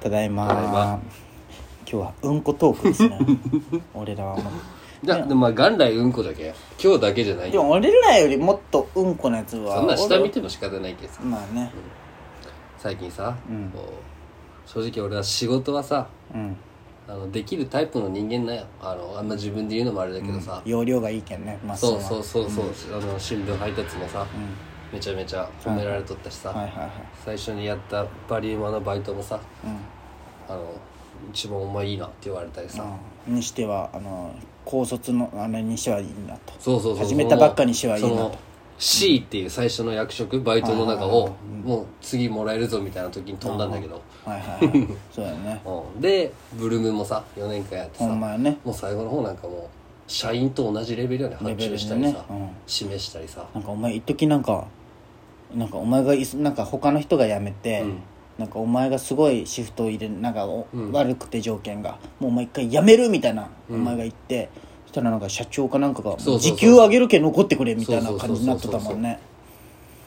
ただいまただいま今日はうんこトーク ですね俺らはもじゃあでもまあ元来うんこだけ今日だけじゃなういでも俺らよりもっとうんこのやつはそんなん下見ても仕方ないけどさ俺まあね最近さ、うんこう正直俺は仕事はさうんあのできるタイプの人間なんよあのあんま自分で言うのもあれだけどさ、容量がいいけんねまっすぐそうはそうそうそう、あの新聞配達もさ、うめちゃめちゃ褒められとったしさ、んはいはいはい最初にやったバリウマのバイトもさうあの一番お前いいなって言われたりさ、んうんにしてはあの高卒のあれにしてはいいなとそうそうそう始めたばっかにしてはいいなそとの C っていう最初の役職バイトの中はいをはいもう次もらえるぞみたいな時に飛んだんだけど、はいはいはい そうだよねうんでブルームもさ4年間やってさほんまもやねう最後の方なんかもう社員と同じレベルにレ発ベ注ルしたでりねさ、うん示したりさなんかお前一時なんかなんかお前がいすなんか他の人が辞めて、うんなんかお前がすごいシフトを入れなんかお、うん悪くて条件がもうお前一回辞めるみたいな、うんお前が言ってそしたらなんか社長かなんかがそうそうそ時う給上げるけん残ってくれみたいな感じになっとったもんね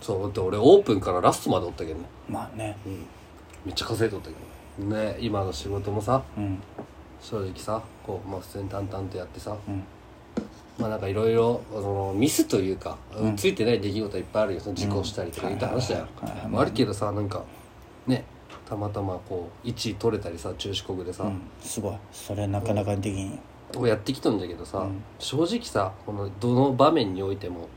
そうだって俺オープンからラストまでおったけどね、まあねうんめっちゃ稼いとったけどねね今の仕事もさうん正直さこう、まあ、普通に淡々とやってさ、うんまあなんかいろいろそのミスというか、ついてない出来事いっぱいあるよその事故したりとか言った話だよ、はいはいはいまああるけどさなんかねたまたまこう1位取れたりさ中四国でさ、うんすごいそれなかなかできんよをやってきたんだけどさ、うん正直さこのどの場面においても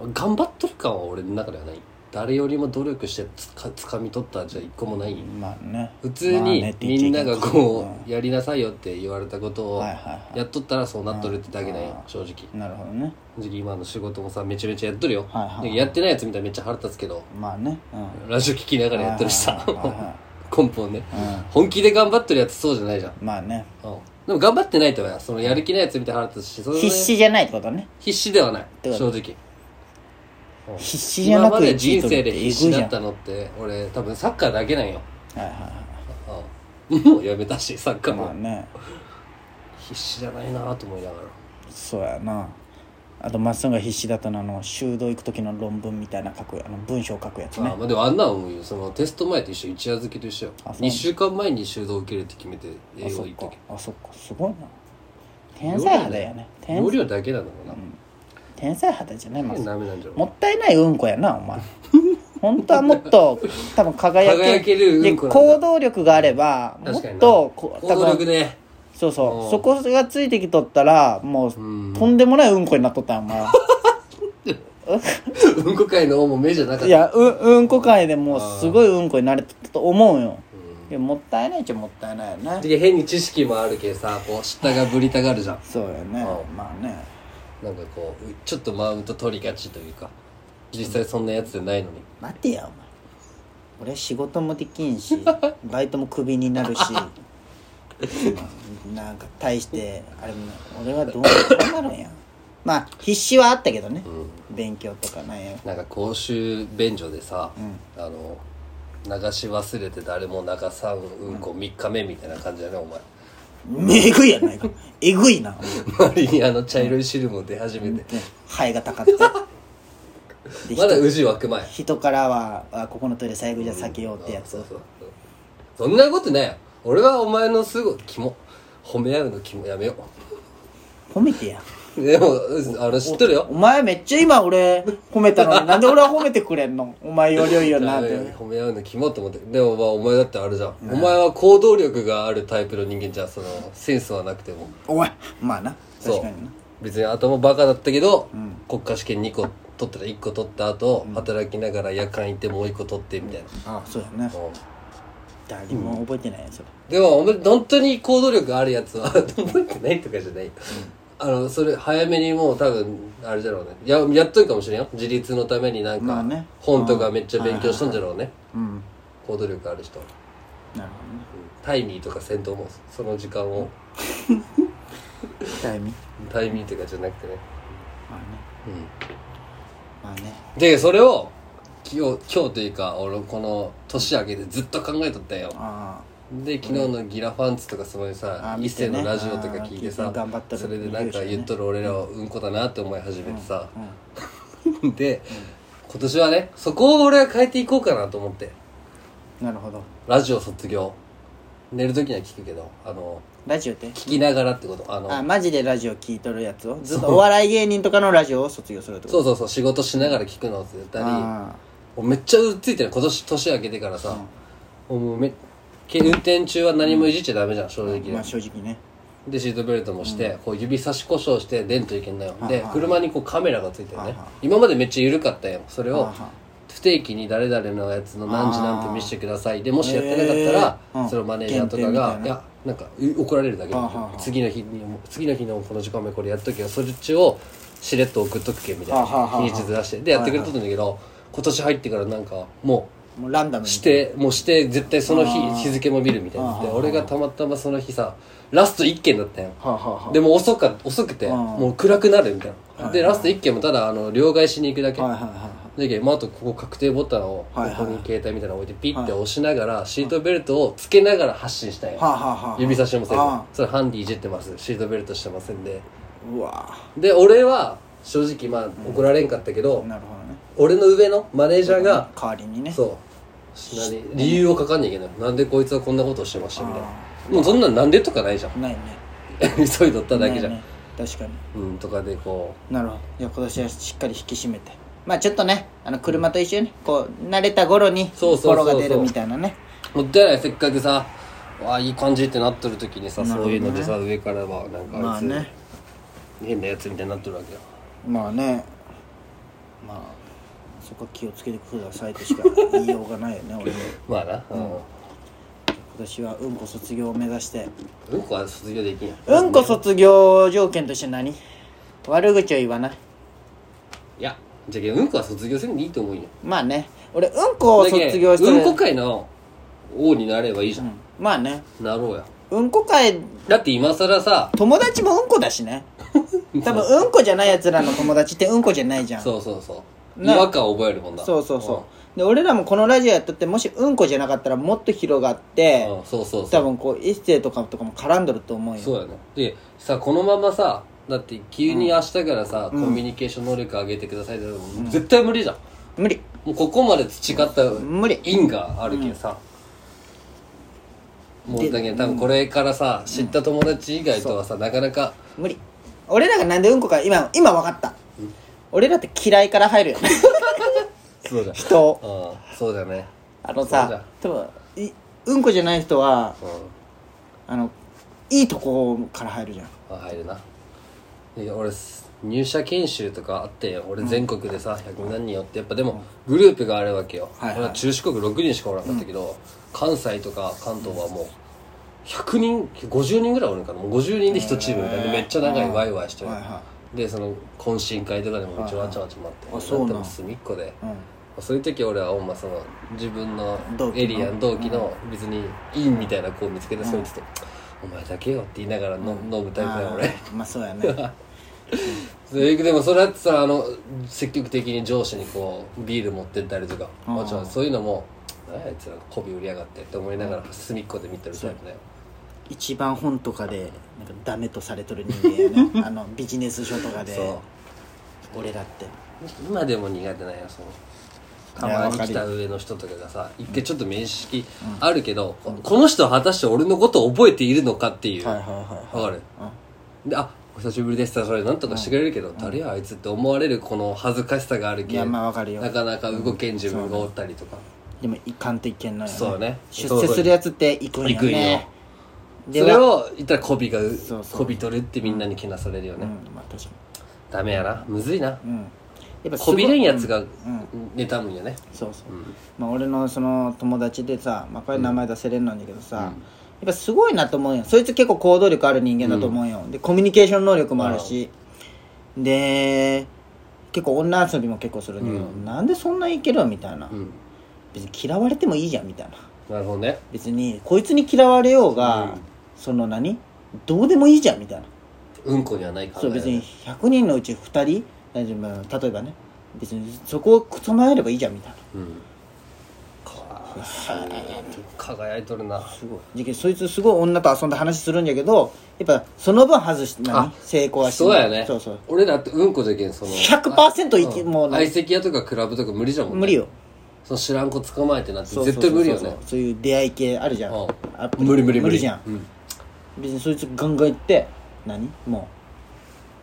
うん頑張っとる感は俺の中ではない誰よりも努力してつか掴み取ったじゃ一個もない、まあね普通まあにねって言っちゃみいけんなないがこうやりなさいよって言われたことうんをはいはいやはっとったらそうなっとるってだけなんようん正直いなるほどね正直今の仕事もさめちゃめちゃやっとるよ、はいはいはいでやってないやつみたいにめっちゃ腹立つけどまあねうんラジオ聞きながらやってるしさはいはいは 根本ねいはい本気で頑張ってるやつそうじゃないじゃん、うんまあねうんでも頑張ってないとはそのやる気ないやつみたいに腹立つしそれね必死じゃないってことね必死ではないてこ正と直うん必死じゃ今なまくで生人きとる生ってでえぐい必じゃ死んだったのって俺多分サッカーだけなんよ、はいはいはいうん もうやめたしサッカーも、まあね必死じゃないなと思いながらそうやなあとまっすぐが必死だったのはあの修道行く時の論文みたいな書くあの文章書くやつまあねまあでもあんな思うよそのテスト前と一緒一夜漬けと一緒よあそう2週間前に修道受けるって決めてあ栄養そ行っったかけあそっかすごいな天才肌やね天容量だけなんだろうな、天才肌じゃないまっすぐダメなんじゃろうもったいないうんこやなお前本当はもっ と多分輝け輝けるうんでこなんだ行動力があればも確っかになとこ行動力ねそううそんうそこがついてきとったらもううんとんでもないうんこになっとったんお前うんこ界の王も目じゃなか ったいやううんこ界でもうすごいうんこになれたと思うよでももったいないっちゃもったいないよねで変に知識もあるけさこう知ったがぶりたがるじゃんそうよねうんまあねなんかこうちょっとマウント取りがちというか実際そんなやつじゃないのに待てやお前俺仕事もできん しバイトもクビになるしうんなんか対してあれも俺はどうどうなるんやまあ必死はあったけどね、勉強とかなんやなんか公衆便所でさ、あの流し忘れて誰も流さんうんこ3日目みたいな感じだねお前えぐいやないかえぐいな周りにあの茶色い汁も出始めて、ハエが高くてでまだ宇治湧く前人からはあここのトイレ最後じゃ避けようってやつ、そうそうそうそんなことないよ俺はお前のすごい肝褒め合うの肝やめよ褒めてやうでもあれ知っとるよお前めっちゃ今俺褒めたの になんで俺は褒めてくれんのお前よりよいよなって褒め合うの肝と思ってでもまあお前だってあれじゃん、お前は行動力があるタイプの人間じゃんそのセンスはなくてもお前まあなそ確うかにな別に頭バカだったけど、国家試験2個取ったら1個取った後、働きながら夜間行ってもう1個取ってみたいな、あそうやねうん誰も覚えてないやそれでもおめ本当に行動力あるやつは 覚えてないとかじゃない、あのそれ早めにもう多分あれじゃろうねややっとるかもしれんよ自立のためになんまあかね本とかめっちゃ勉強しとんじゃろうねうん行動力ある人なるほどねタイミーとか戦闘もその時間をタイミタイミーとかじゃなくてねまあねまあねでそれを今日今日というか俺この年明けでずっと考えとったよあで昨日のギラファンツとかそのあさ一見世てねのラジオとか聞いてあさー聞いて頑張っとるそれでなんか言っとる俺らをうんこだなって思い始めてさあ、うん で今年はねそこを俺は変えていこうかなと思ってなるほどラジオ卒業寝る時には聞くけどあのラジオって聞きながらってことあのあマジでラジオ聞いとるやつをずっとお笑い芸人とかのラジオを卒業するってことそうそうそう仕事しながら聞くのって言ったりあもうめっちゃうついてる今年年明けてからさ、もうめけ運転中は何もいじっちゃダメじゃん正直、ーまあ正直ねでシートベルトもして、こう指差し故障して出んといけないよで車にこうカメラがついてるね、はいは今までめっちゃ緩かったよそれはをいは不定期に誰々のやつの何時何分見せてくださいでもしやってなかったら、へーうんそのマネージャーとか限定みたがい「ないやなんかう怒られるだけだあーはーはー次の日にも次の日のこの時間までこれやっとけよそっちをしれっと送っとくけ」みたいなあーはーはーは日ーにちずらしてでやってくれとったんだけど、今年入ってからなんかもうもうランダムにしてもうして絶対そのあー日日付も見るみたいになってあー俺がたまたまその日さラスト1件だったよはあはあはあでも遅か遅くてあーもう暗くなるみたいなはいでラスト1件もただあの両替しに行くだけはいはいはいはいだけどまああとここ確定ボタンをここはいはいに携帯みたいなの置いてピッて押しながらシートベルトをつけながら発信したんよはあはあはあ指差しもせずあそれハンディいじってますシートベルトしてませんでうわで俺は正直まあ怒られんかったけどなるほどね俺の上のマネージャーが代わりにねそうし何理由を書かんなきゃいけないなんでこいつはこんなことをしてましたみたいなあもうそんなんなんでとかないじゃんないね急いどっただけじゃん、ないね確かにうんとかでこなるほどいや今年はしっかり引き締めてまあちょっとねあの車と一緒にこう慣れた頃にそうそうそうそう心が出るみたいなねうもったいないせっかくさわあいい感じってなっとる時にさ、なるそほうどいねうのでさ上からはなんかまあいあつ、ね変なやつみたいになっとるわけよまあねまあそこは気をつけてくださいとしか言いようがないよ ね俺もまあな、うん今年はうんこ卒業を目指してうんこは卒業できんやうんこ卒業条件として何悪口を言わないいやじゃけうんこは卒業せんでいいと思うよまあね俺うんこをだけ卒業してうんこ界の王になればいいじゃん、まあねなろうやうんこ会だって今更さ友達もうんこだしね 多分うんこじゃないやつらの友達ってうんこじゃないじゃんそうそうそうそう違な和感を覚えるもんだそうそうで俺らもこのラジオやったってもしうんこじゃなかったらもっと広がってうんそうそうそ多う分こうエッセイとかとかも絡んどると思うよそうやねでさこのままさだって急に明日からさ、コミュニケーション能力上げてくださいって、絶対無理じゃん無理もうここまで培った無理因があるけどさ、もうだけど多分これからさ知った友達以外とはさ、なかなか無理俺らがなんでうんこか今今分かった、俺らって嫌いから入るよ ねそうじゃん人をうんそうだよねあのそうさ多分いうんこじゃない人はうあのいいとこから入るじゃんんあ入るないや俺入社研修とかあってんよ俺全国でさ100何人よってやっぱでもグループがあるわけよ、はいはい俺は中四国6人しかおらなかったけど、関西とか関東はもう100人50人ぐらいおるんかなもう50人で1チームみたいなでめっちゃ長いワイワイしてる、はいはでその懇親会とかでもうちわちゃわちゃ待って、あそうなん俺だったら隅っこでうんそういう時俺はおんまその自分の同期のエリアン同期の別にいいみたいな子を見つけてそいつと「お前だけよ」って言いながらの飲むタイプだよ俺あーまあそうや ねそれでもそれだってさあの積極的に上司にこうビール持ってったりとかうんあちょっとそういうのも「何やあいつら媚び売りやがって」って思いながら隅っこで見てるタイプだよ一番本とかでなんかダメとされとる人間や ねあのビジネス書とかでそう俺らって今でも苦手なんやそのたまに来た上の人とかがさ一回ちょっと面識あるけど、ここの人は果たして俺のことを覚えているのかっていう、はいはいはいわかるで「あお久しぶりでした」それなんとかしてくれるけど、誰やあいつって思われるこの恥ずかしさがあるいけやんまあなわかるよかなか動けん自分がおったりとか、でもいかんといけんのよ、ね、そうね出世するやつって行くん行よくんよ、ねでそれはを言ったら媚びがそうそう媚び取るってみんなにけなされるよね、うんまあ確かダメやなむずいなにうんやっぱすごこびれんやつがん妬むんよね、そうそう、んまあ、俺のその友達でさ、まあ、これ名前出せれんのんだけどさ、やっぱすごいなと思うよそいつ結構行動力ある人間だと思うよ、でコミュニケーション能力もあるしで結構女遊びも結構するんだけど、なんでそんないけるみたいな、ん別に嫌われてもいいじゃんみたいななるほどね別にこいつに嫌われようが、その何どうでもいいじゃんみたいなうんこにはない考えそうだね別に100人のうち2人大丈夫まあ例えばね別にそこを備えればいいじゃんみたいなうん輝いとるなすごいじゃけそいつすごい女と遊んだ話するんやけどやっぱその分外してあ何成功はしてそうやねそうそう俺だってうんこじゃけんその100%いきうんもうな相席屋とかクラブとか無理じゃもんね無理よその知らん子捕まえてなんてそうそうそ絶う対無理よねそうそういう出会い系あるじゃんうアプリ無理無理無無理理じゃんうん別にそいつガンガン行って何も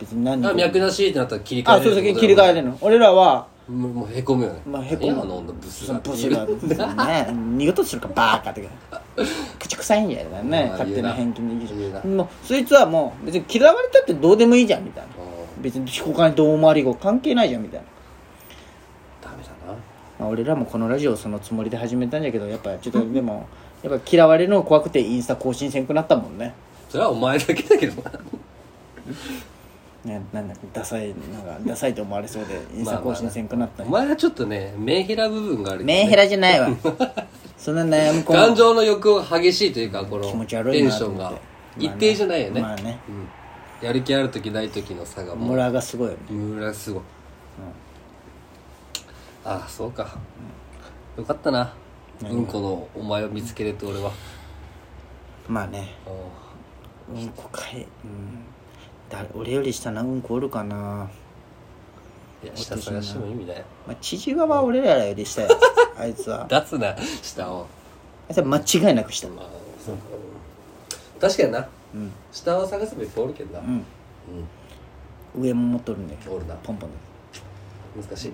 う別に何あ脈なしってなったら切り替えあれそうるそう切り替えれるの俺らはもうもうへこむよねまあへこむ今の女ブスだってブいスうが ね二度とするかバーカって口臭いんやよねまあ勝手な偏見でき言うなるもうそいつはもう別に嫌われたってどうでもいいじゃんみたいなあー別に他にどうもありご関係ないじゃんみたいなダメだなまあ、俺らもこのラジオそのつもりで始めたんだけどやっぱちょっとでもやっぱ嫌われるの怖くてインスタ更新せんくなったもんねそれはお前だけだけどなねなんだっけダサいなんかダサいと思われそうでインスタ更新せんくなったおね前はちょっとね目ヘラ部分があるよねメンヘラじゃないわそんな悩む子も感情の欲が激しいというかこの気持ち悪テいンなシとョン思ってが一定じゃないよね,、まあねうん、やる気ある時ない時の差がもうムラがすごいよねムラすごい、ああそうか、よかったなうんこのお前を見つけれて俺はまあねあうんこかい、うん、だ俺より下なうんこおるかな、まあいや下探しても意味ないあ、父側は俺らより下やあいつは出すな下をあいつは間違いなく下ああそうか確かになうん下を探せばいっぱいおるけどなう、うんん上も持っとるんだけどおるなポンポンで難しい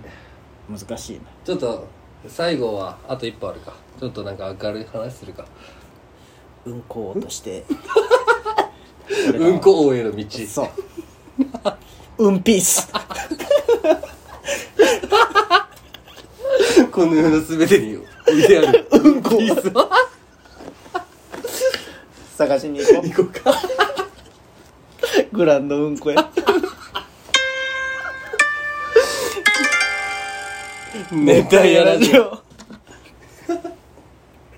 難しいなちょっと最後はあと一歩あるかちょっとなんか明るい話するかうんこ王としてうんこ王への道そううんピース この世の全てに置いてあるうんこピースは探しに行こう行こう かグランドうんこやネタやらじじゃょ